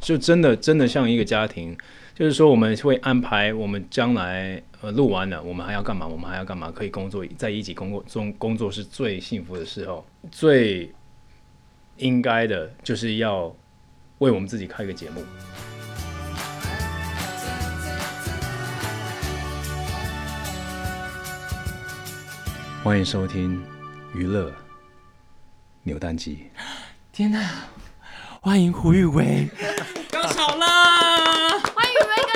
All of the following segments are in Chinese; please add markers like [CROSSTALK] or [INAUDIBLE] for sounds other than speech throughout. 就真的真的像一个家庭，就是说我们会安排我们将来呃录完了，我们还要干嘛，我们还要干嘛，可以工作在一起工作中工作是最幸福的时候，最应该的就是要为我们自己开个节目。欢迎收听娱乐扭蛋机。天呐！欢迎胡玉维，高潮啦！ [LAUGHS] 欢迎威 [LAUGHS] 哥，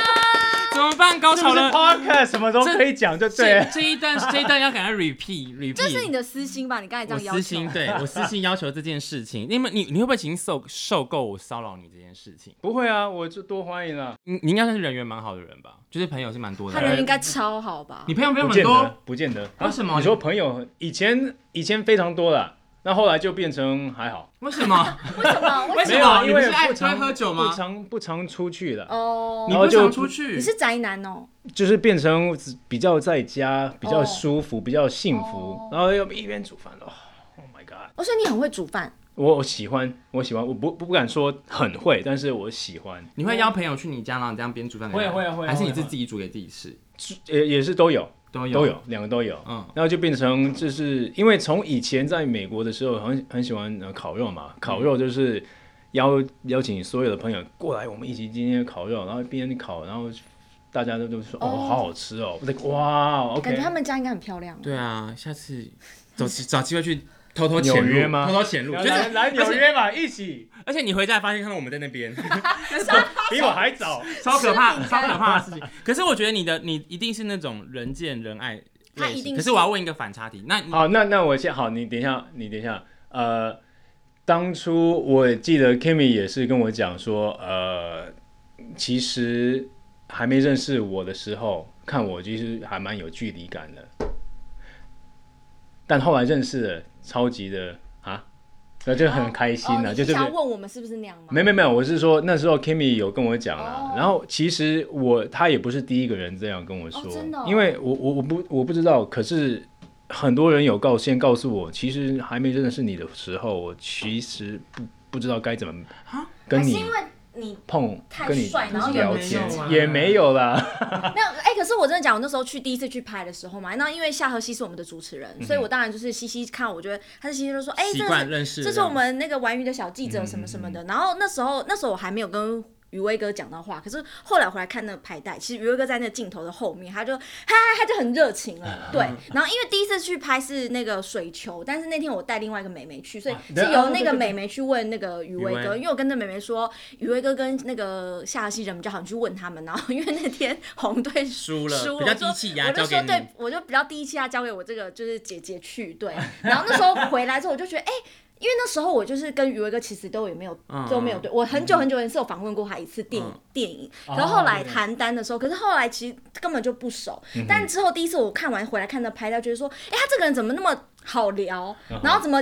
怎么办？高潮了！ podcast 什么都可以讲，就这这一段这一段要赶快 repeat 这是你 repeat。的私心吧？你刚才这我样要私求，心 [LAUGHS] 对我私心要求这件事情，你们你你会不会已经受受够我骚扰你这件事情？不会啊，我就多欢迎了。你你应该算是人缘蛮好的人吧，就是朋友是蛮多他的。哎人应该超好吧？你朋友没有不很见多得，，不见得。为什么你说朋友以前以前非常多啦，那后来就变成还好。为什么？为什么？[LAUGHS] 为为什什么？么没有因你为不是爱不常爱喝酒吗不常不常出去了，哦你然不后就想出去？你是宅男哦，就是变成比较在家，比较哦舒服，比较幸福哦，然后又一边煮饭哦。Oh my god！我说哦你很会煮饭，我我喜欢，我喜欢，我不不敢说很会，但是我喜欢，你会邀朋友去你家，然后你这样边煮饭给他会啊会啊会啊还是会你啊是自己煮给自己吃？也也是都有。都有都有，两个都有。嗯然后就变成就是因为从以前在美国的时候很很喜欢呃烤肉嘛，烤肉就是邀邀请所有的朋友过来，我们一起今天烤肉，然后边烤，然后大家都都说哦哦好好吃哦，我的哇感觉，OK 他。们家应该很漂亮。对啊，下次找找机会去偷偷纽潜入约吗偷偷潜入，就是来来纽约吧，一起而且你回家发现看到我们在那 [LAUGHS] 边，比我还早。超可怕，吃饼超干可怕的事情。可是我觉得你的你一定是那种人见人爱类他型一定是哎可是我要问一个反差题，那你好，那那我先好，你等一下，你等一下，呃，当初我记得 Kimmy 也是跟我讲说，呃，其实还没认识我的时候，看我其实还蛮有距离感的，但后来认识了，超级的啊，那就很开心哦了、哦你就是这想个要问我们是不是那样吗？没没没有，我是说那时候 Kimmy 有跟我讲啦、哦然后其实我他也不是第一个人这样跟我说，哦真的哦因为我我我不我不知道，可是很多人有告先告诉我，其实还没认识你的时候，我其实不不知道该怎么跟啊还是你因为你碰，太跟你帅然后也聊没天有啊也没有啦，没有哎、可是我真的讲，我那时候去第一次去拍的时候嘛，那因为夏荷西是我们的主持人，所以我当然就是西西看，我觉得他是西西就说，哎、习这惯是认识了这是我们那个玩鱼的小记者什嗯么什么的。然后那时候那时候我还没有跟。余威哥讲到话，可是后来回来看那个排带，其实余威哥在那个镜头的后面，他就嗨，他就很热情嗯了，对。然后因为第一次去拍是那个水球，但是那天我带另外一个美眉去，啊所以是哦由那个美眉去问那个余威余哥，威因为我跟那美眉说，余威哥跟那个夏荷西人比较好，你去问他们。然后因为那天 [LAUGHS] 红队输了输比了，较我就低气压我就交给说你对，我就比较低气压交给我这个就是姐姐去对。然后那时候回来之后，我就觉得哎。因为那时候我就是跟余威哥其实都也没有、嗯都没有对我很久很久以前是有访问过他一次电影、嗯电影，可是后来谈单的时候，可是后来其实根本就不熟。嗯但之后第一次我看完回来看他拍照，觉得说，哎、他这个人怎么那么好聊，嗯然后怎么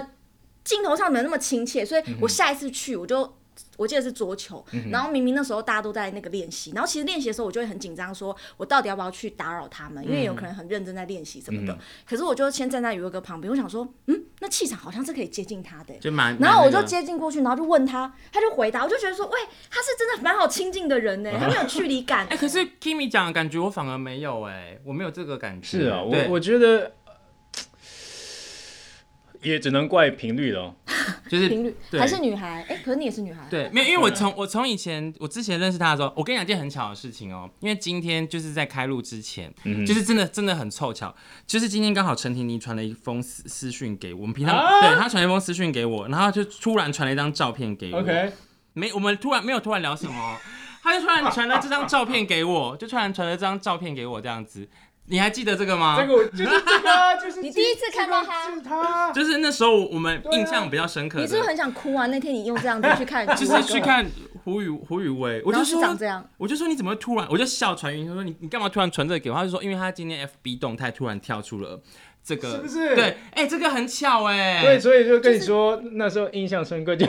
镜头上怎么那么亲切？所以我下一次去我就。我记得是桌球，嗯然后明明那时候大家都在那个练习，然后其实练习的时候我就会很紧张，说我到底要不要去打扰他嗯们，因为有可能很认真在练习什么的。可是我就先站在宇哥哥旁边，我想说，嗯，那气场好像是可以接近他的、欸就蛮，然后我蛮那就个接近过去，然后就问他，他就回答，我就觉得说，喂，他是真的蛮好亲近的 [LAUGHS] 人呢，他没有距离感。哎，可是 Kimi 讲的感觉我反而没有哎，我没有这个感觉。是啊，我对我觉得。也只能怪频率了，就是频率对还是女孩，哎，可是你也是女孩，对，没有，因为我从我从以前我之前认识他的时候，我跟你讲一件很巧的事情哦，因为今天就是在开录之前，就是真的真的很凑巧，就是今天刚好陈婷妮传了一封私私讯给我，我们平常、对她传了一封私讯给我，然后就突然传了一张照片给我没我们突然没有突然聊什么哦，她就突然传了这张照片给我，就突然传了这张照片给我这样子，你还记得这个吗？个我就是这个 [LAUGHS] 啊，就是你第一次看到他这个他就是那时候我们印象比较深刻你的，是不是很想哭啊？那天你用这样子去 [LAUGHS] 看，就是去，看胡宇胡宇威，我就然后是说长这样，我就说你怎么会突然，我就笑传云，他说你你干嘛突然传这个给我？他就说因为他今天 FB 动态突然跳出了这个，是不是对，哎、这个很巧哎、对，所以就跟你说，那时候印象深刻就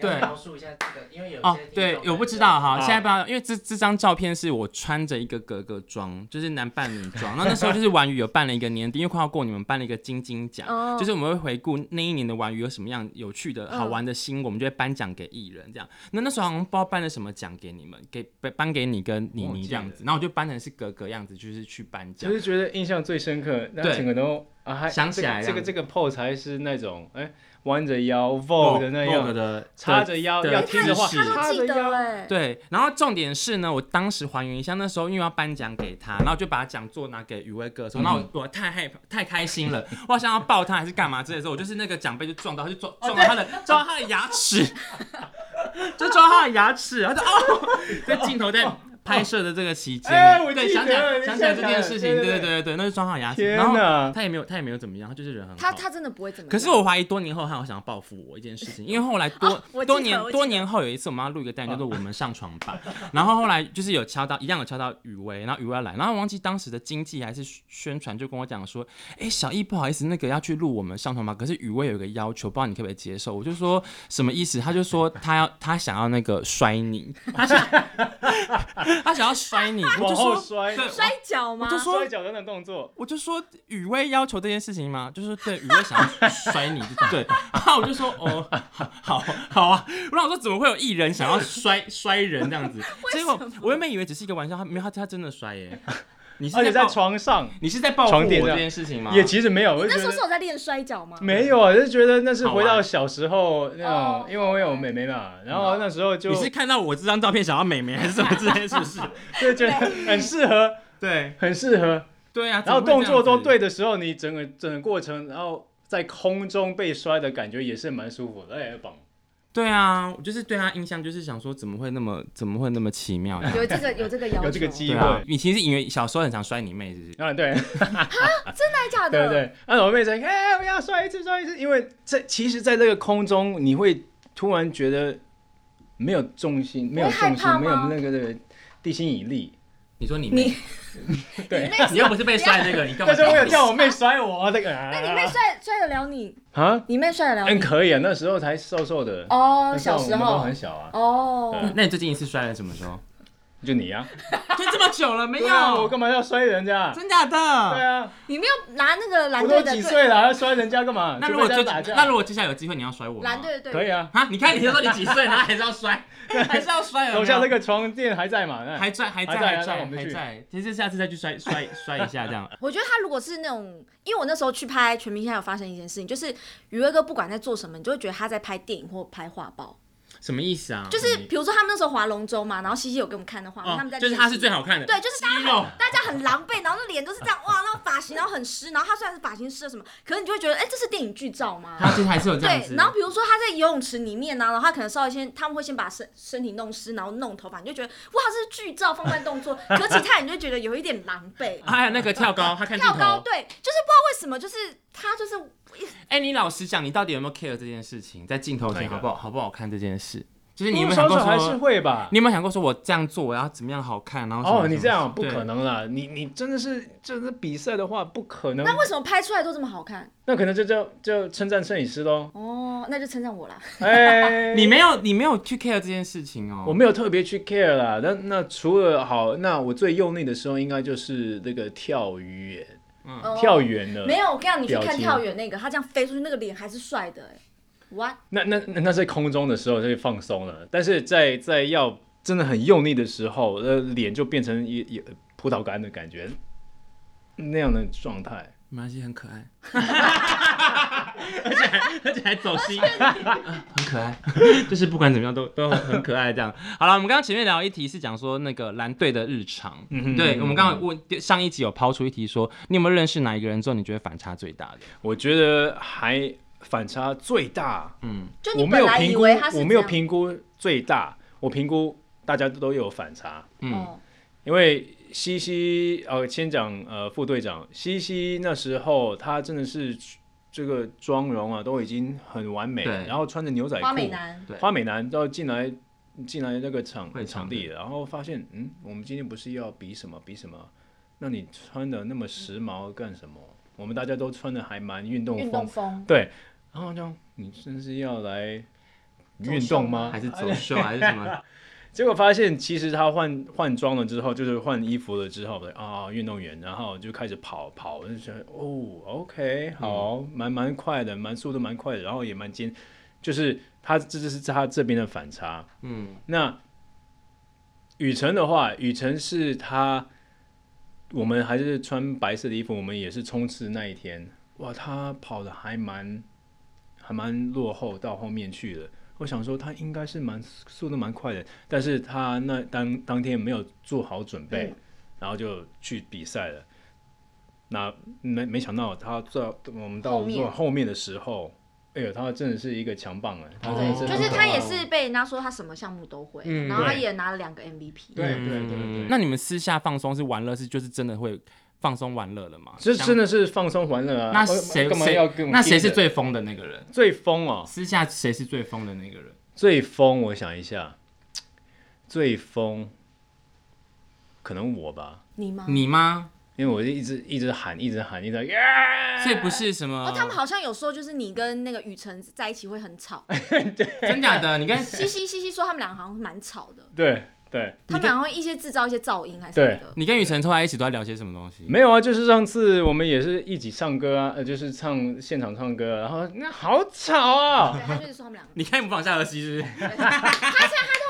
对要描述一下这个，因为有哦些听，众对可，能我不知道哈，啊现在不知道，因为这这张照片是我穿着一个格格装，就是男扮女 [LAUGHS] 装。那那时候就是玩鱼有办了一个年底，因为快要过年，我们办了一个金金奖，嗯哦就是我们会回顾那一年的玩鱼有什么样有趣的、好玩的新闻，我们就会颁奖给艺人这样。那那时候好像不知道颁了什么奖给你们，给颁颁给你跟妮妮这样子，然后我就颁成是格格样子，就是去颁奖就。是觉得印象最深刻，那对整个都啊，还想起来这个这这个这个 pose 还是那种哎弯着腰 vogue 的那 Vogue 样，的叉着腰的要的听着话，姿势叉他都着记得腰，哎，对，然后重点是呢，我当时还原一下，那时候因为要颁奖给他，然后就把奖座拿给余威哥的时候，那、嗯我我太害怕太开心了，我好像要抱他还是干嘛之类的时候，我就是那个奖杯就撞到，他就撞撞到他的撞到他的牙齿，就撞到他的牙齿，他就哦，在镜头在。拍摄的这个期间，哎我对，记想起得来你想起来想这起件来事对情，对对对对对对，那就撞他的牙齿，天然后哪！他也没有他也没有怎么样，他就是人很好。他他真的不会怎么样。可是我怀疑多年后他好想要报复我一件事情，因为后来多、哦我记得多我年记得嗯多年后有一次我们要录一个单元，就是我们上床吧，然后后来就是有敲到一样有敲到雨薇，然后雨薇要来，然后我忘记当时的经纪还是宣传就跟我讲说，哎、小易不好意思，那个要去录我们上床吧，可是雨薇有一个要求，不知道你可不可以接受？我就说什么意思？他就说他要他想要那个摔你， [LAUGHS] 他想他想要摔你，我往就后说摔，对摔跤吗？我就说摔脚的那种动作，我就说雨薇要求这件事情吗？就是对雨薇想要摔 [LAUGHS] 你，就对。然后我就说哦，好好好啊。然后我说怎么会有艺人想要摔摔人这 [LAUGHS] 样子？结果我原本以为只是一个玩笑，他没有他他真的摔耶。你是而且哦在报床上你是在报复我床垫这上件事情吗？也其实没有，我你就那觉时候是得有在练摔跤嗯吗？没有啊，就觉得那是好回玩嗯到小时候那哦种，因为我有妹妹嘛，然后那时候就你是看到我这张照片想要美眉还是什么之类，[LAUGHS] 是不是？就觉得很适合，对很适合，对啊，然后怎动么会这样子作都对的时候，你整个整个过程，然后在空中被摔的感觉也是蛮舒服的，哎，棒。对啊，我就是对他印象就是想说怎么会那么怎么会那么奇 [LAUGHS] 妙这样？有这个有这个要求，有这个机对会啊，你其实因为小时候很常摔你妹，是不是？啊，对，真的 [LAUGHS] 假对的？不对？那我妹在，哎，我要摔一次，摔一次，因为在其实，在这个空中，你会突然觉得没有重心，没有会害重心怕，没有吗那个的地心引力，你说你妹 [LAUGHS] 你，对你妹你又不是被摔那个，你干嘛？但是我有 [LAUGHS] 叫我妹摔我那个啊。那你妹摔摔得了你？啊？你妹摔得了嗯，你？可以啊，那时候才瘦瘦的。哦，那时小候我时们都候很小啊，哦，那你最近一次摔了什么时候？就你啊。就这么久了没对啊，我干嘛要摔人家？真假对的？啊，你没有拿那个蓝我队都的几对岁了，还要摔人家干嘛？那就如果被就人家打架，那如果接下来有机会，你要摔我吗？蓝队的队可以啊，啊。啊！你看，你都你几岁了，还是要摔， [LAUGHS] 还是要摔有没有楼下那个床垫还在嘛？那还在还在还在还还在在我们还去在，其实下次再 [LAUGHS] 去摔摔摔一下这样。我觉得他如果是那种，因为我那时候去拍《全明星》，有发生一件事情，就是余威哥不管在做什么，你就会觉得他在拍电影或拍画报。什么意思啊？就是比如说他们那时候划龙舟嘛，然后西西有给我们看的画面，哦他们在就是练他习是最好看的，对，就是大肌家肉很大家很狼狈，然后那脸都是这样哇，那种发型，然后很湿，然后他虽然是发型湿了什么，可是你就会觉得，哎、这是电影剧照 [LAUGHS] 吗？他其实还是有这样对子，。然后比如说他在游泳池里面呢、然后他可能稍微先，他们会先把身身体弄湿，然后弄头发，你就觉得哇，这是剧照放慢动 [LAUGHS] 作，可其他人就会觉得有一点狼 [LAUGHS] 狈。还有那个跳高，他看镜跳高，头。对，就是不知道为什么，就是他就是哎，你老实讲，你到底有没有 care 这件事情，在镜头哪一前个好不好好不好看这件事？就是你有多没有多少想少还过说是会吧。你有没有想过说我这样做我要怎么样好看？然后什么哦，你这样不对可能啦！你你真的是，真的比赛的话不可能那，为什么拍出来都这么好看？那可能就叫就称赞摄影师 [LAUGHS] 喽。哦，那就称赞我啦。哎，你没有你没有去 care 这件事情哦。我没有特别去 care 啦。那那除了好，那我最用力的时候应该就是那个跳远，哦跳远了。没有，我跟你讲，你去表看情跳远那个，他这样飞出去，那个脸还是帅的、哎，what？那那那那在空中的时候就放松了，但是在在要真的很用力的时候，呃，脸就变成一一葡萄干的感觉，那样的状态。没关系，很可爱， [LAUGHS] 而且还而且还走心，很可爱， [LAUGHS] 就是不管怎么样都都很可爱这样。好了，我们刚刚前面聊一题是讲说那个蓝队的日常，哼对我们刚刚有问上一集有抛出一题说你有没有认识哪一个人之后你觉得反差最大的？我觉得还反差最大，嗯，就我你没本有来评以估为他，是我没有这样评估最大，我评估大家都有反差。嗯哦，因为西西，呃，先讲呃副队长西西那时候，他真的是这个妆容啊都已经很完美，对然后穿着牛仔裤，花美男，对花美男到进来进来那个场会场场地，然后发现嗯，我们今天不是要比什么比什么，那你穿的那么时髦干什么？我们大家都穿的还蛮运动运风动，风，对，然后就你真是要来运动吗？还是走秀还是什 [LAUGHS] 么？结果发现，其实他换换装了之后，就是换衣服了之后的啊，运动员，然后就开始跑跑，我就觉得哦，OK，好，蛮蛮快的，蛮速度蛮快的，然后也蛮坚，就是他这就是他这边的反差。嗯，那雨辰的话，雨辰是他，我们还是穿白色的衣服，我们也是冲刺那一天，哇，他跑的还蛮还蛮落后到后面去了。我想说他应该是蛮速度蛮快的，但是他那当当天没有做好准备，嗯然后就去比赛了。那没没想到他到我们到后面后面的时候，哎呦，他真的是一个强棒哎，哦他真的是对，就很是可他爱也是被人家说他什么项目都会，嗯然后他对也拿了两个 MVP。对对对对，那你们私下放松是玩乐，是就是真的会放松玩乐了吗？这像真的是放松欢乐啊！那呃谁干嘛要谁跟我那谁盯着是最疯的那个人？最疯哦？私下谁是最疯的那个人？最疯，我想一下，最疯，可能我吧，你吗？你吗？因为我就一直一直喊，一直喊，一直喊呀！所以不是什么哦，他们好像有说，就是你跟那个雨辰在一起会很 [LAUGHS] 吵。真假的，你跟西西西西说他们俩好像蛮吵 [LAUGHS] 的，对对，他们俩会一些制造一些噪音还啊是什么的。你跟雨辰后来一起都在聊些什么东西？没有啊，就是上次我们也是一起唱歌啊，呃，就是唱现场唱歌，啊然后那好吵啊！ [LAUGHS] 对，他就是说他们两个， [LAUGHS] 你看模仿夏荷西是不是？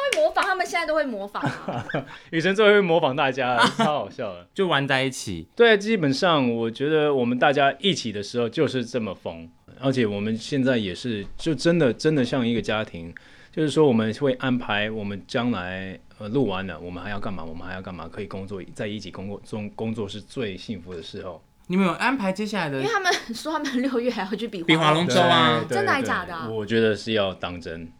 会模仿，他们现在都会模仿 [LAUGHS] 啊。雨辰最后会模仿大家了，超好笑的。就玩在一起，对，基本上我觉得我们大家一起的时候就是这么疯，而且我们现在也是就真的真的像一个家庭，就是说我们会安排我们将来呃录完了，我们还要干嘛，我们还要干嘛，可以工作在一起工作中工作是最幸福的时候。你们有安排接下来的因为他们说他们六月还要去比比划划龙舟啊？对真的还对假的啊我觉得是要当真，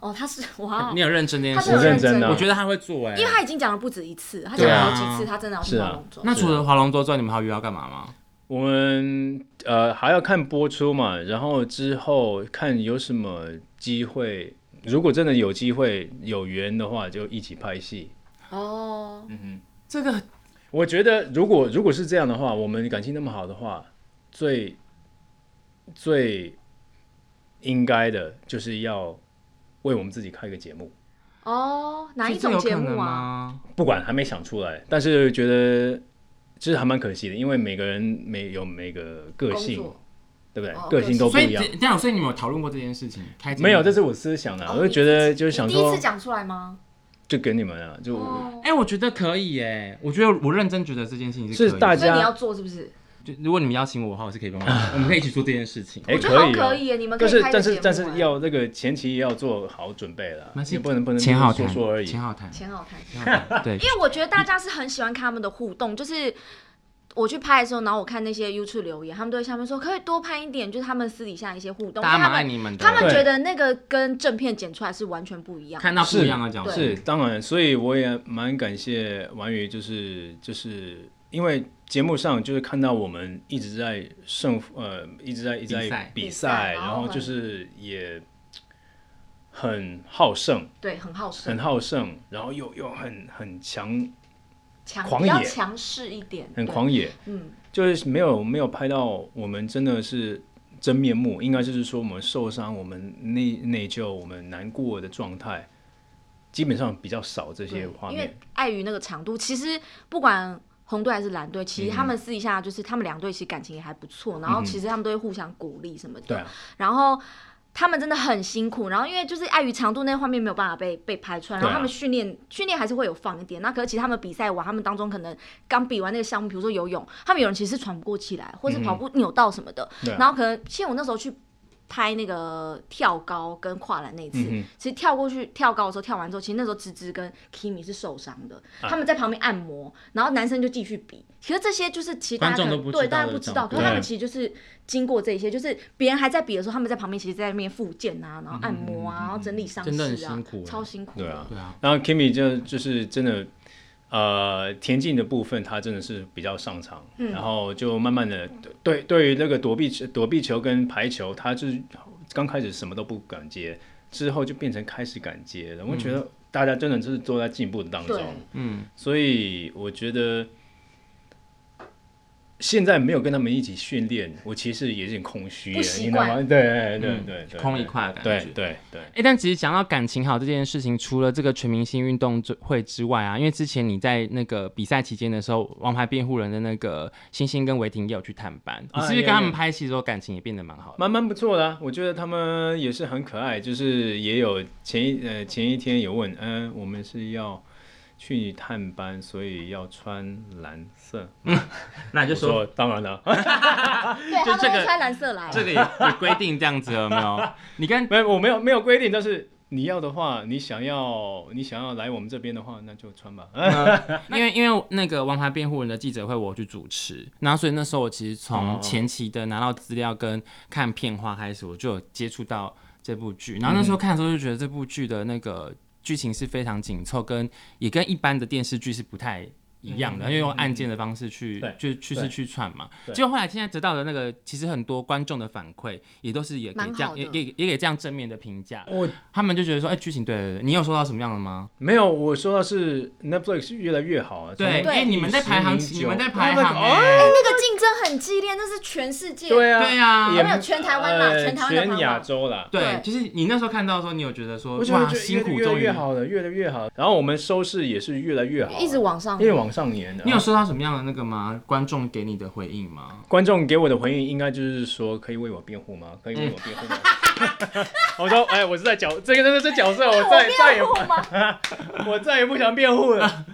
哦，他是哇你，有认真这件他事是吗？有我认真的我觉得他会做哎、因为他已经讲了不止一次，他对讲了好啊几次，他真的要去划龙舟。那除了划龙舟之外，你们还有约要干嘛吗？我们呃还要看播出嘛，然后之后看有什么机会，如果真的有机会有缘的话，就一起拍戏。哦，嗯这个我觉得如果如果是这样的话，我们感情那么好的话，最最应该的就是要为我们自己开一个节目，哦，哪一这种有节可能目啊？吗？不管还没想出来，但是觉得其实还蛮可惜的，因为每个人每有每个个工性，作对不对？哦个性都不所以一样。这这样，所以你们有讨论过这件事情？开节目没有，这是我思想的，哦我就觉得就是你想第一说次，讲出来吗？就给你们了，啊就哦，哎、我觉得可以哎、我觉得我认真觉得这件事情是可以是大所以你哎家要做是不是？就如果你们邀请我的话，我是可以 [LAUGHS] 帮忙，我们可以一起做这件事情。哎我觉得好以可啊，以耶，你们可但以是开个但节目是啊但是要那个前期要做好准备了没关，系也不能不能钱好说谈，说而已钱。好 [LAUGHS] 谈，钱好看。 [LAUGHS] 对因，为我觉得大家是很喜欢看他们的互动，就是我去拍的时候，然后我看那些 YouTube 留言，他们都会下面说可以多拍一点，就是他们私底下一些互大动，家因为他蛮爱们你们的，他们对觉得那个跟正片剪出来是完全不一样。看到不一样的角度，是，当然，所以我也蛮感谢婉宇，就是就是因为节目上就是看到我们一直在胜负，呃，一直在一直比在赛比比赛赛，然然后后很就是也很好胜，对，很好胜很，好胜，然后又又很很强，强狂比较野强势一点，很对。狂野，嗯，就是没有没有拍到我们真的是真面目，应该就是说我们受伤，我们内内疚，我们难过的状态，基本上比较少这些对画因面为。碍于那个长度，其实不管红队还是蓝队，其实他们私底下就是他们两队其实感情也还不错，然后其实他们都会互相鼓励什么的。对啊，然后他们真的很辛苦，然后因为就是碍于长度，那个画面没有办法被被拍出来，然对后啊他们训练训练还是会有放一点，那可是其实他们比赛完，他们当中可能刚比完那个项目，比如说游泳，他们有人其实是喘不过气来，或是跑步扭到什么的，对啊然后可能像我那时候去。拍那个跳高跟跨栏那一次，嗯哼其实跳过去跳高的时候，跳完之后，其实那时候芝芝跟 Kimi 是受伤的，啊他们在旁边按摩，然后男生就继续比。其实这些就是其实大家观众可能都不知对道大家的不知道，状可是他们对其实就是经过这些，就是别人还在比的时候，他们在旁边其实在那边复健啊，然后按摩啊，然后整理伤嗯真的很势啊辛苦，欸超辛苦的。对啊对啊，然后 Kimi 就就是真的，呃，田径的部分他真的是比较上场，嗯然后就慢慢的对对于那个躲避球、躲避球跟排球，他就是刚开始什么都不敢接，之后就变成开始敢接了。我觉嗯得大家真的就是嗯都在进步的当中对，嗯，所以我觉得现在没有跟他们一起训练，我其实有点空虚耶不，习你知道吗？惯对对对对对，嗯空一块的感对觉。对对，哎、但其实讲到感情好这件事情，除了这个全明星运动之会之外啊，因为之前你在那个比赛期间的时候，王牌辩护人的那个星星跟维婷也有去探班，你啊是不是有跟他有们拍戏的时候感情也变得蛮好的？蛮蛮不错的、啊，我觉得他们也是很可爱，就是也有前一呃前一天有问，嗯、我们是要去探班，所以要穿蓝色。那我说当然了，对，他就们这个都穿蓝色来， [LAUGHS] 这个也也规定这样子了有没有？ [LAUGHS] 你跟没有我没有没有规定，但是你要的话，你想要你想要来我们这边的话，那就穿吧。嗯因为因为那个王牌辩护人的记者会我去主持，然后所以那时候我其实哦从前期的拿到资料跟看片花开始，我就有接触到这部剧，然后那嗯时候看的时候就觉得这部剧的那个剧情是非常紧凑，跟也跟一般的电视剧是不太。一样嗯的，因为用案件的方式去对就去对是去串嘛，对结果后来现在得到的那个，其实很多观众的反馈也都是也给蛮这样好也的也也给这样正面的评价，我他们就觉得说，哎、剧情对对对，你有收到什么样的吗？没有，我说的是 Netflix 越来越好啊。对，从哎、你们在排行， 10你们在排行、哦哎那个竞争很激烈，那是全世界。对啊，对啊也没有全台湾啦呃全台湾的全朋友亚洲啦。对对，就是你那时候看到的时候，你有觉得说我觉得哇，就辛苦越来终于越。好了，越来越好。然后我们收视也是越来越好啊，一直往上一直往上延的。啊你有收到什么样的那个吗？观众给你的回应吗？观众给我的回应应该就是说，可以为我辩护吗？可以为我辩护吗？ [LAUGHS] 我说，哎，我是在角这个这个这角色，我我再再辩也不护吗？ [LAUGHS] 我再也不想辩护了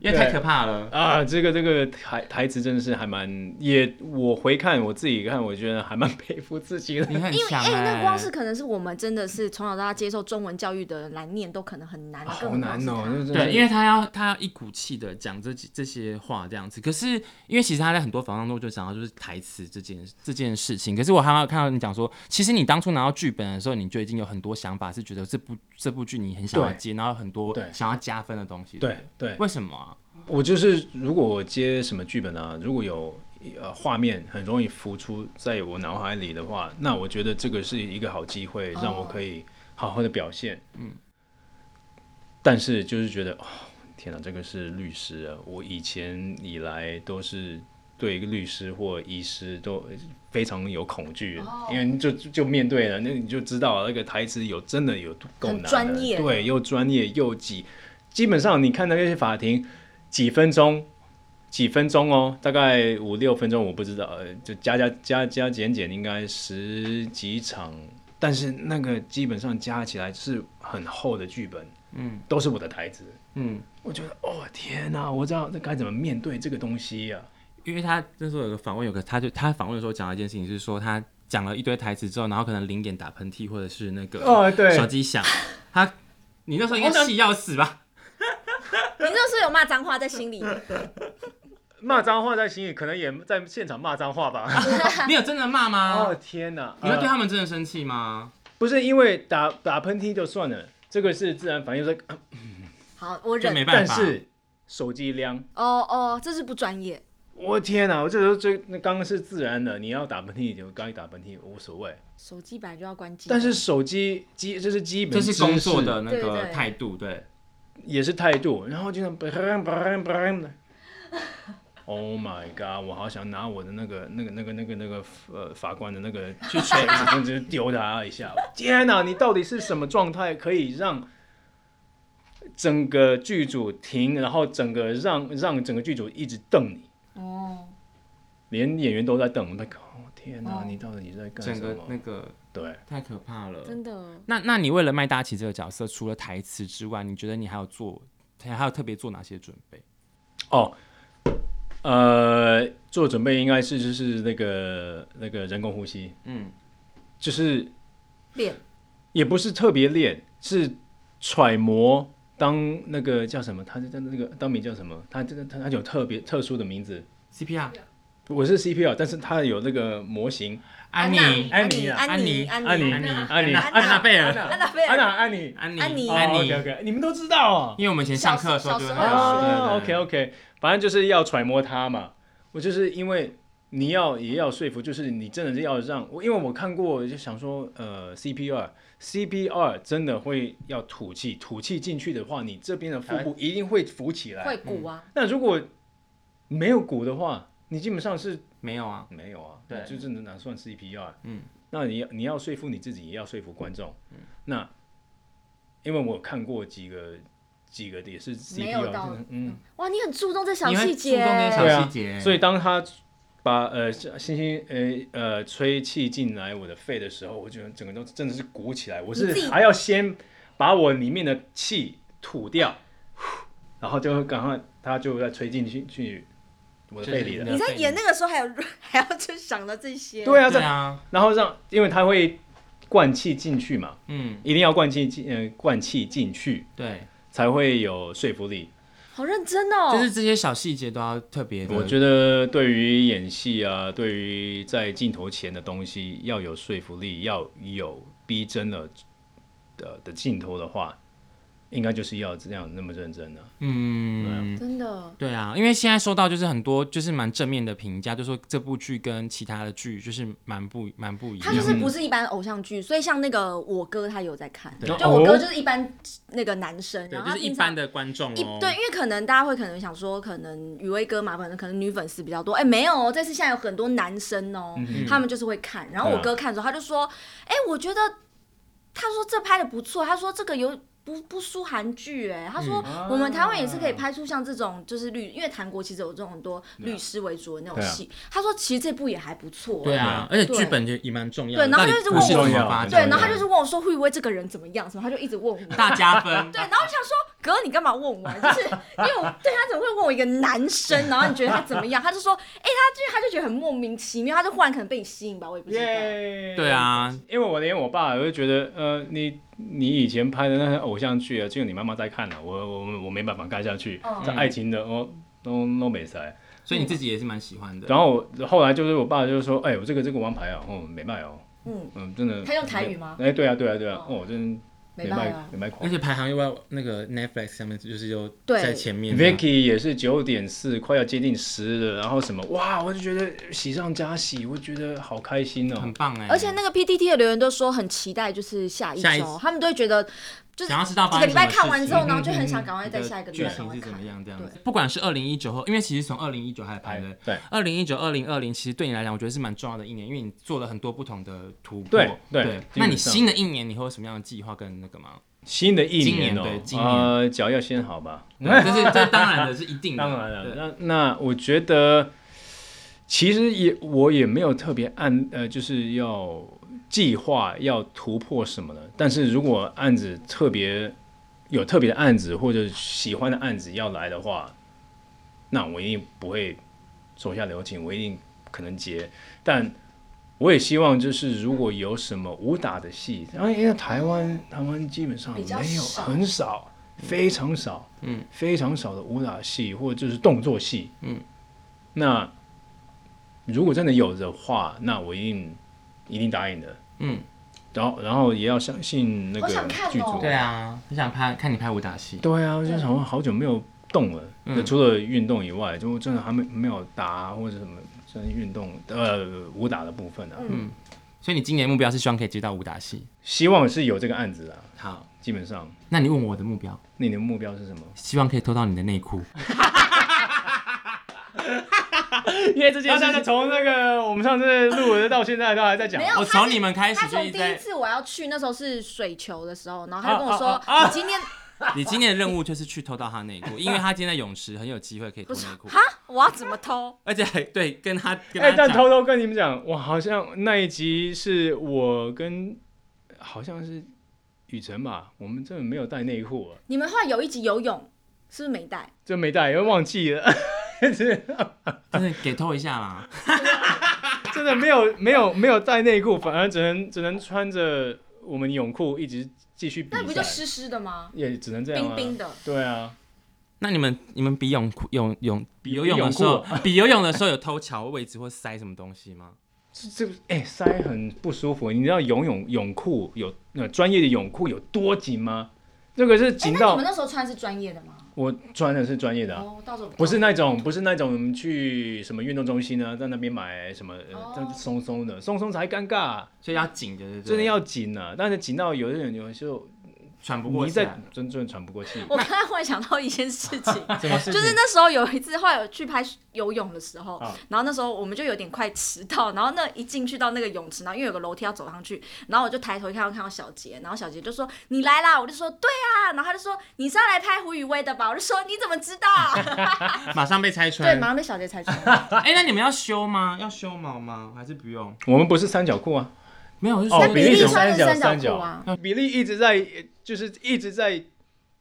因为太可怕了。 [LAUGHS] 啊！这个这个台台词真的是还蛮也，我回看我自己看，我觉得还蛮 [LAUGHS] 佩服自己的。你很因为强哎、哎、那光是可能是我们真的是从小到大接受中文教育的人来念，都可能很啊难，好更何况难是哦他，那真的对，因为他要他要一股气的讲这几这些话这样子，可是因为其实他在很多访谈中就讲到就是台词这件这件事情，可是我还有看到你讲说，其实你当初拿到剧本的时候，你就已经有很多想法，是觉得这部这部剧你很想要对接，然后有很多对想要加分的东西。对，对，为什么啊？我就是如果我接什么剧本啊，如果有呃画面很容易浮出在我脑海里的话，那我觉得这个是一个好机会，让我可以好好的表现。嗯，但是就是觉得，哦，天哪，这个是律师啊！我以前以来都是对一个律师或医师都非常有恐惧，哦因为你就就就面对了，那你就知道了那个台词有真的有够难的，很专业对，又专业又挤。基本上你看那些法庭，几分钟，几分钟哦，大概五六分钟，我不知道，呃，就加加加加减减，应该十几场，但是那个基本上加起来是很厚的剧本，嗯都是我的台词。嗯，我觉得，哦天哪，我知道这该怎么面对这个东西啊呀、因为他那时候有个访问，有个他就他访问的时候讲了一件事情，是说他讲了一堆台词之后，然后可能零点打喷嚏或者是那个哦对手机响，他你那时候应该气要死吧？你那时候有骂脏话在心里，骂脏话在心里，可能也在现场骂脏话吧。你有真的骂吗哦？天哪，你会对呃他们真的生气吗？不是因为打打喷嚏就算了，这个是自然反应，说，呃好，我就忍。没办但法。是手机亮。哦哦，这是不专业。我天哪！我这时候最那刚刚是自然的，你要打喷嚏你就该打喷嚏，无所谓。手机本来就要关机，但是手机基这是基本这知是识，工作的那对个对态度，对，也是态度，然后就像 Oh my god！我好想拿我的那个、那个、那个、那个、那个呃法官的那个去锤子，就是丢他一下。天哪！你到底是什么状态可以让整个剧组停，然后整个让让整个剧组一直瞪你？哦，连演员都在瞪，我在搞。天哪！哦你到底在干整什个那么？个对，太可怕了。真的那那你为了麦大奇这个角色，除了台词之外，你觉得你还有做，还有特别做哪些准备？哦，呃，做准备应该是就是那个那个人工呼吸，嗯，就是练也不是特别练，是揣摩当那个叫什么，他叫那个当名叫什么，他这个他他有特别特殊的名字。 CPR，我是 CPR，但是他有那个模型，安娜妮，安妮妮，啊安安安妮妮，安妮安妮安娜安娜贝尔，安娜贝安尔，娜哦安妮，安妮，安妮安妮 o，k OK，你们都知道啊。因为我们以前上课的时候就会小时那候个啊对对，OK 对 OK，反正就是要揣摩他嘛。我就是因为你要也要说服，就是你真的是要让我，因为我看过，我就想说，呃，CPR CPR 真的会要吐气，吐气进去的话，你这边的腹部一定会浮起来。嗯会鼓啊，那如果没有鼓的话，你基本上是没有啊，没有啊，对你就是哪算 CPR？嗯，那你你要说服你自己，也要说服观众。嗯，那因为我看过几个几个也是没有到 CPR，嗯，哇，你很注重这小你会细注节重这些小对啊细节，所以当他把呃星星呃呃吹气进来我的肺的时候，我觉得整个都真的是鼓起来，我你自是己还要先把我里面的气吐掉，呼然后就赶快他就再吹进去去我的就是肺里你了。你在对演那个时候还有 [LAUGHS] 还要去想到这些，对啊，这对啊，然后让因为它会灌气进去嘛，嗯，一定要灌气进呃灌气进去对，才会有说服力。好认真哦。就是这些小细节都要特别的。我觉得对于演戏啊，对于在镜头前的东西要有说服力，要有逼真的呃的的镜头的话，应该就是要这样那么认真的、啊嗯，真的，对啊，因为现在收到就是很多就是蛮正面的评价，就说这部剧跟其他的剧就是蛮不蛮不一他样。就是不是一般偶像剧，所以像那个我哥他有在看，对就我哥哦就是一般那个男生，对，然后就他是一平常般的观众一哦。对，因为可能大家会可能想说，可能雨薇哥嘛，可能可能女粉丝比较多。哎、没有哦，这次现在有很多男生哦，嗯他们就是会看。然后我对啊哥看的时候，他就说，哎、我觉得他说这拍的不错，他说这个有。不不输韩剧哎，他说嗯我们台湾也是可以啊拍出像这种就是律，因为韩国其实有这种很多律师为主的那种对啊戏。他说其实这部也还不错哎，对啊，而且剧本就也蛮重要的。对然后到底他就是故事问我怎么发展哎对，对啊然后他就是问我说会不会这个人怎么样什么，他就一直问我。大加 [LAUGHS] 分。对，然后我想说，哥，你干嘛问我啊？就是因为我对他怎么会问我一个男生，然后你觉得他怎么样？他就说，哎、他就他就觉得很莫名其妙，他就忽然可能被你吸引吧，我也不知道。耶对，啊，因为我连我爸都觉得，呃，你你以前拍的那些偶像剧啊，只有你妈妈在看了、我我我没办法看下去，嗯这爱情的我都都没塞。所以你自己也是蛮喜欢的。然后我后来就是我爸就说，哎、我这个这个王牌啊，哦，没卖哦，嗯，嗯，真的。他用台语吗？哎、对啊，对啊，对啊，哦，真没办卖法，没卖而狂。且排行又要那个 Netflix 上面就是又对在前面这样。 Vicky 也是九点四，快要接近十了，然后什么哇，我就觉得喜上加喜，我觉得好开心很哦。棒哎，而且那个 PTT 的留言都说很期待，就是下一下一周，他们都会觉得就是想要知道几发个生礼什么拜事看完之后，情然后就很想赶快在的下一个礼剧拜赶情快是怎么看。样这样子对。不管是二零一九后，因为其实从二零一九开始拍的，对二零一九、二零二零，其实对你来讲，我觉得是蛮重要的一年，因为你做了很多不同的突破。对对对基本上那你新的一年，你会有什么样的计划跟那个 [LAUGHS] 吗？新的一今年哦，对今年呃，脚要先好吧。这是这当然的，是一定的。当然对了，那那我觉得，其实也我也没有特别按呃，就是要计划要突破什么的。但是如果案子特别有特别的案子或者喜欢的案子要来的话，那我一定不会手下留情，我一定可能接。但我也希望，就是如果有什么武打的戏，然后因为台湾台湾基本上比较没有少很少，非常少，嗯，非常少的武打戏或者就是动作戏，嗯，那如果真的有的话，那我一定一定答应的，嗯，然后然后也要相信那个我想看哦剧组，对啊，很想拍看你拍武打戏。对啊，我就想说好久没有动了，嗯就除了运动以外，就真的还没没有打或者什么，真的运动呃武打的部分啊，嗯，所以你今年目标是希望可以接到武打戏。希望是有这个案子啊，好，基本上。那你问我的目标，那你的目标是 [LAUGHS] 什么？希望可以偷到你的内裤。哦因为这件事情从那个我们上次录的到现在都还在讲没有我从你们开他始就从一直第一在，次我要去那时候是水球的时候，然后他就跟我啊说：“你今天你今年的任务就是去偷到他内 [LAUGHS] 裤，因为他今天在泳池很有机会可以偷内裤，哈，我要怎么偷而且还对跟他跟哎、他但讲。偷偷跟你们讲，我好像那一集是我跟好像是雨辰吧，我们真的没有带内裤啊，？”你们后来有一集游泳是不是没带？真没带，因为忘记了， [LAUGHS] 是但是给偷一下啦，真的没有没有没有带内裤，反而只能只能穿着我们泳裤一直继续比那不就赛，湿湿的吗？也只能这样、冰啊。冰的。对啊，那你们你们比泳裤泳泳比游泳比的泳时候，比游泳的时候有偷瞧位置或塞什么东西吗？这这哎、塞很不舒服。你知道游泳泳裤有呃专业的泳裤有多紧吗？这个是哎，紧那你到、们那时候穿是专业的吗？我穿的是专业的啊、哦，到时候不是那种，不是那种我们去什么运动中心呢，在那边买什么，哦呃，这样松松的，松松才尴尬，啊所以要紧着，对不对真的要紧啊。但是紧到有的人有时候喘不过你气在来。真正喘不过气，我刚才忽然想到一件事 [LAUGHS] 情，什么事就是情？那时候有一次，后来有去拍游泳的时候，啊然后那时候我们就有点快迟到，然后那一进去到那个泳池，然后因为有个楼梯要走上去，然后我就抬头一看，我看到小杰，然后小杰就说你来啦，我就说对啊，然后他就说你是要来拍胡宇威的吧，我就说你怎么知道？马上被拆 [LAUGHS] 对，穿。马上被小杰猜出来。哎、那你们要修吗？要修毛吗？还是不用？我们不是三角裤啊，没有，我就哦说比比利利时穿的是三角三角裤啊，比利一直在就是一直在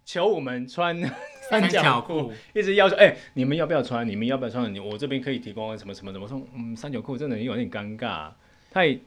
求我们穿 [LAUGHS] 三角裤，裤。一直要求哎、你们要不要穿？你们要不要穿？你我这边可以提供什么什么什么？我说嗯，三角裤真的有点尴尬，太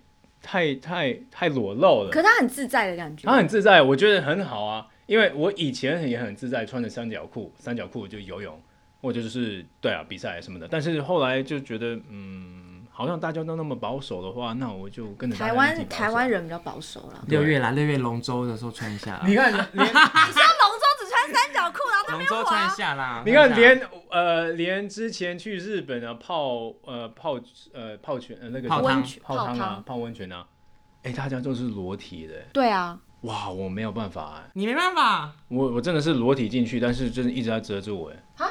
太太太裸露了。可是他很自在的感觉他。很自在，我觉得很好啊，因为我以前也很自在，穿着三角裤，三角裤就游泳，或者就是对啊比赛什么的。但是后来就觉得，嗯，好像大家都那么保守的话，那我就跟着大家台一起湾保守台湾人比较保守了。六月啦，六月龙舟的时候穿一下啦。你看连你是要龙舟只穿三角裤，然后在龙那舟边穿一滑？下啦。你一看下连呃连之前去日本啊泡呃泡呃泡泉呃那个泡什么汤温泉泡汤啊汤，泡温泉啊，哎大家都是裸体的，欸对啊，哇我没有办法哎、你没办法，我我真的是裸体进去，但是真的一直在遮住我哎。啊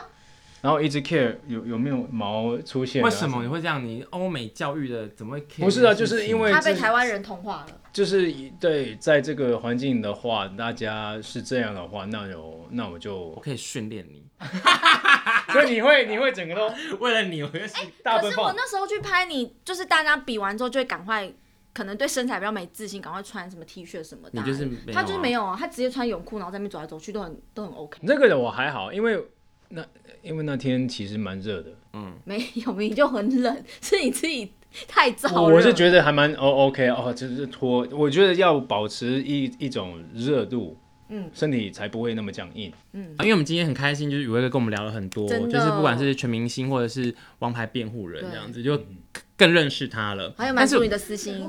然后一直 care 有有没有毛出现啊？为什么你会这样？你欧美教育的怎么会 care 不是啊这件事情就是因为他被台湾人同化了。就是一对在这个环境的话，大家是这样的话，那有那我就我可以训练你，所以你会你会整个都为了你，我就是大可奔是我放。那时候去拍你，就是大家比完之后就会赶快，可能对身材比较没自信，赶快穿什么 T 恤什么的你啊。就是没有啊他就是没有啊，他直接穿泳裤，然后在那边走来走去都很都很 OK。这个我还好，因为那因为那天其实蛮热的，没有，你就很冷，是你自己太 [LAUGHS] 燥我热。我是觉得还蛮哦 OK 哦，就是脱，我觉得要保持一一种热度，嗯，身体才不会那么僵硬。啊因为我们今天很开心，就是宇威哥跟我们聊了很多，真的就是不管是全明星或者是王牌辩护人对这样子，就更认识他了。还有但满是足你的私心。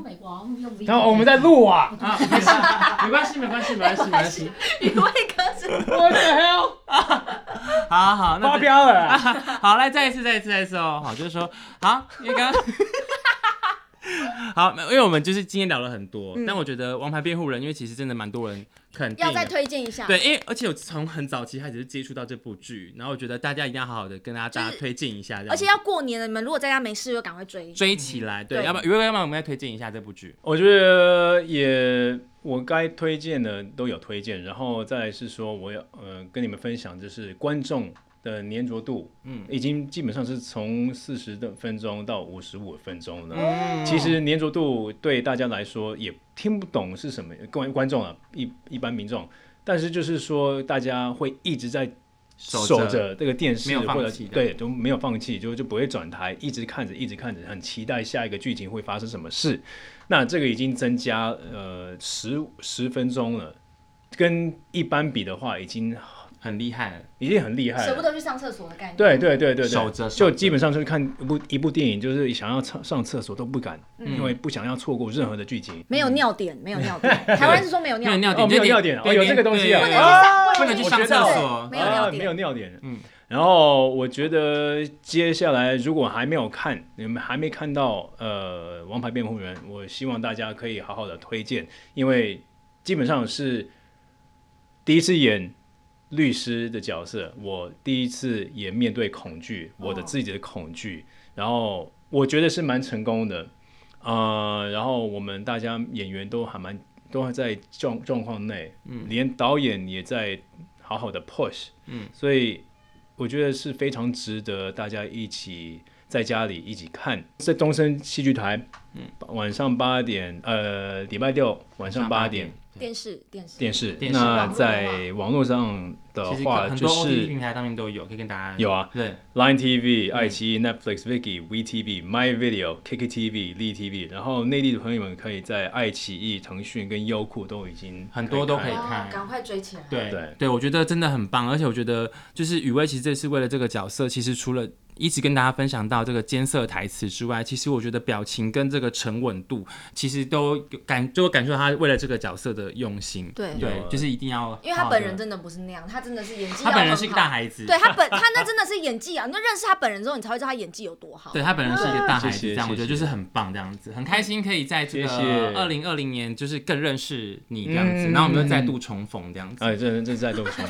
然后我们在录啊，啊，没事没关系，没关系，没关系，没关系。宇威哥是我的 hell [LAUGHS] 好好，那发飙了啊。好，来再一次，再一次，再一次哦。好，就是说，好，因为刚 [LAUGHS] 刚。好，因为我们就是今天聊了很多，嗯但我觉得《王牌辩护人》，因为其实真的蛮多人肯定要再的，推荐一下，对，因为而且我从很早期开始就接触到这部剧，然后我觉得大家一定要好好的跟大家就是大家推荐一下，这样而且要过年了，你们如果在家没事就赶快追。追起来，嗯对，对要不然，如果要不然我们再推荐一下这部剧。我觉得也我该推荐的都有推荐，然后再来是说我要呃跟你们分享，就是观众的粘着度，嗯，已经基本上是从四十的分钟到五十五分钟了。其实粘着度对大家来说也听不懂是什么，观观众啊一一般民众，但是就是说大家会一直在守着这个电没视有放或者弃的对都没有放弃，就就不会转台，一直看着，一直看着，很期待下一个剧情会发生什么事。那这个已经增加呃十十分钟了，跟一般比的话，已经很厉害了，已经很厉害舍不了。得去上厕所的概念。对对对对对，守着守就着基本上就是看一部一部电影，就是想要上上厕所都不敢，嗯因为不想要错过任何的剧情。没有尿点，没有尿 [LAUGHS] 点。台湾是说没有没尿哦，有尿点，点，没有就尿点，哦，有这个东西啊，对啊不能去上厕所没有尿啊点没有尿点。嗯嗯，然后我觉得接下来如果还没有看，你们还没看到呃《王牌辩护人》，我希望大家可以好好的推荐，因为基本上是第一次演。律师的角色，我第一次也面对恐惧，我哦的自己的恐惧，然后我觉得是蛮成功的，呃，然后我们大家演员都还蛮都还在状状况内，嗯，连导演也在好好的 push，嗯，所以我觉得是非常值得大家一起在家里一起看，在东森戏剧台，嗯，晚上八点，呃，礼拜六晚上八点。电视电视电视，电视那在网络上的其实话很就多 OTT 是平台上面都有，可以跟大家有啊对， Line TV、爱奇艺、Netflix、Viki、VTV、My Video、KKTV、立 TV，然后内地的朋友们可以在爱奇艺、腾讯跟优酷都已经很多都可以看了看哦赶快追起来。对对我觉得真的很棒，而且我觉得就是雨薇其实这次为了这个角色，其实除了一直跟大家分享到这个艰涩台词之外，其实我觉得表情跟这个沉稳度，其实都有感就会感受到他为了这个角色的用心。对对，就是一定要，因为他本人真的不是那样，他真的是演技要啊他本人很是一个好大孩子，对他本他那真的是演技啊！你就 [LAUGHS] 认识他本人之后，你才会知道他演技有多好。对他本人是一个大孩谢谢子，这样我觉得谢谢就是很棒，这样子很开心可以在这谢谢个二零二零年就是更认识你这样子，嗯然后我们就再度重逢这样子。哎，这这再度重逢，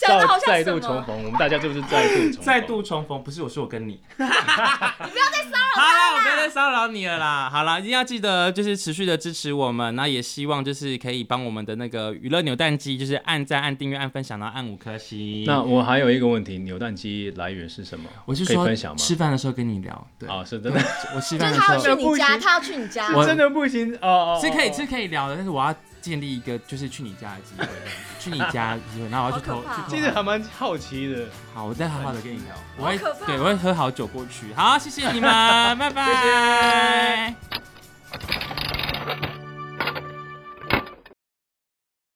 讲得好像再什度么重逢，我们大家就是再度重逢，再度重逢，不是我说我跟 [LAUGHS] 你，你不要再骚扰好了，我不要再骚扰你了啦。好了，一定要记得就是持续的支持我们，那也希望就是可以帮我们的那个娱乐扭蛋机，就是按赞、按订阅、按分享，然后按五颗星。那我还有一个问题，扭蛋机来源是什么？我是可以说分享吗？吃饭的时候跟你聊，对，啊，是真的， [LAUGHS] 我吃就饭是的他要时去候你不家，行他要去你 [LAUGHS] 家，我真的不行哦，哦是可以是哦可以聊的，但是我要建立一个就是去你家的机会，去你家的机会，然后我要去 [LAUGHS] 投好可怕哦去其投实还蛮好奇的。好，我再好好的跟你聊，我会好可 [LAUGHS] 怕对，我会喝好酒过去。好，谢谢你们，拜拜。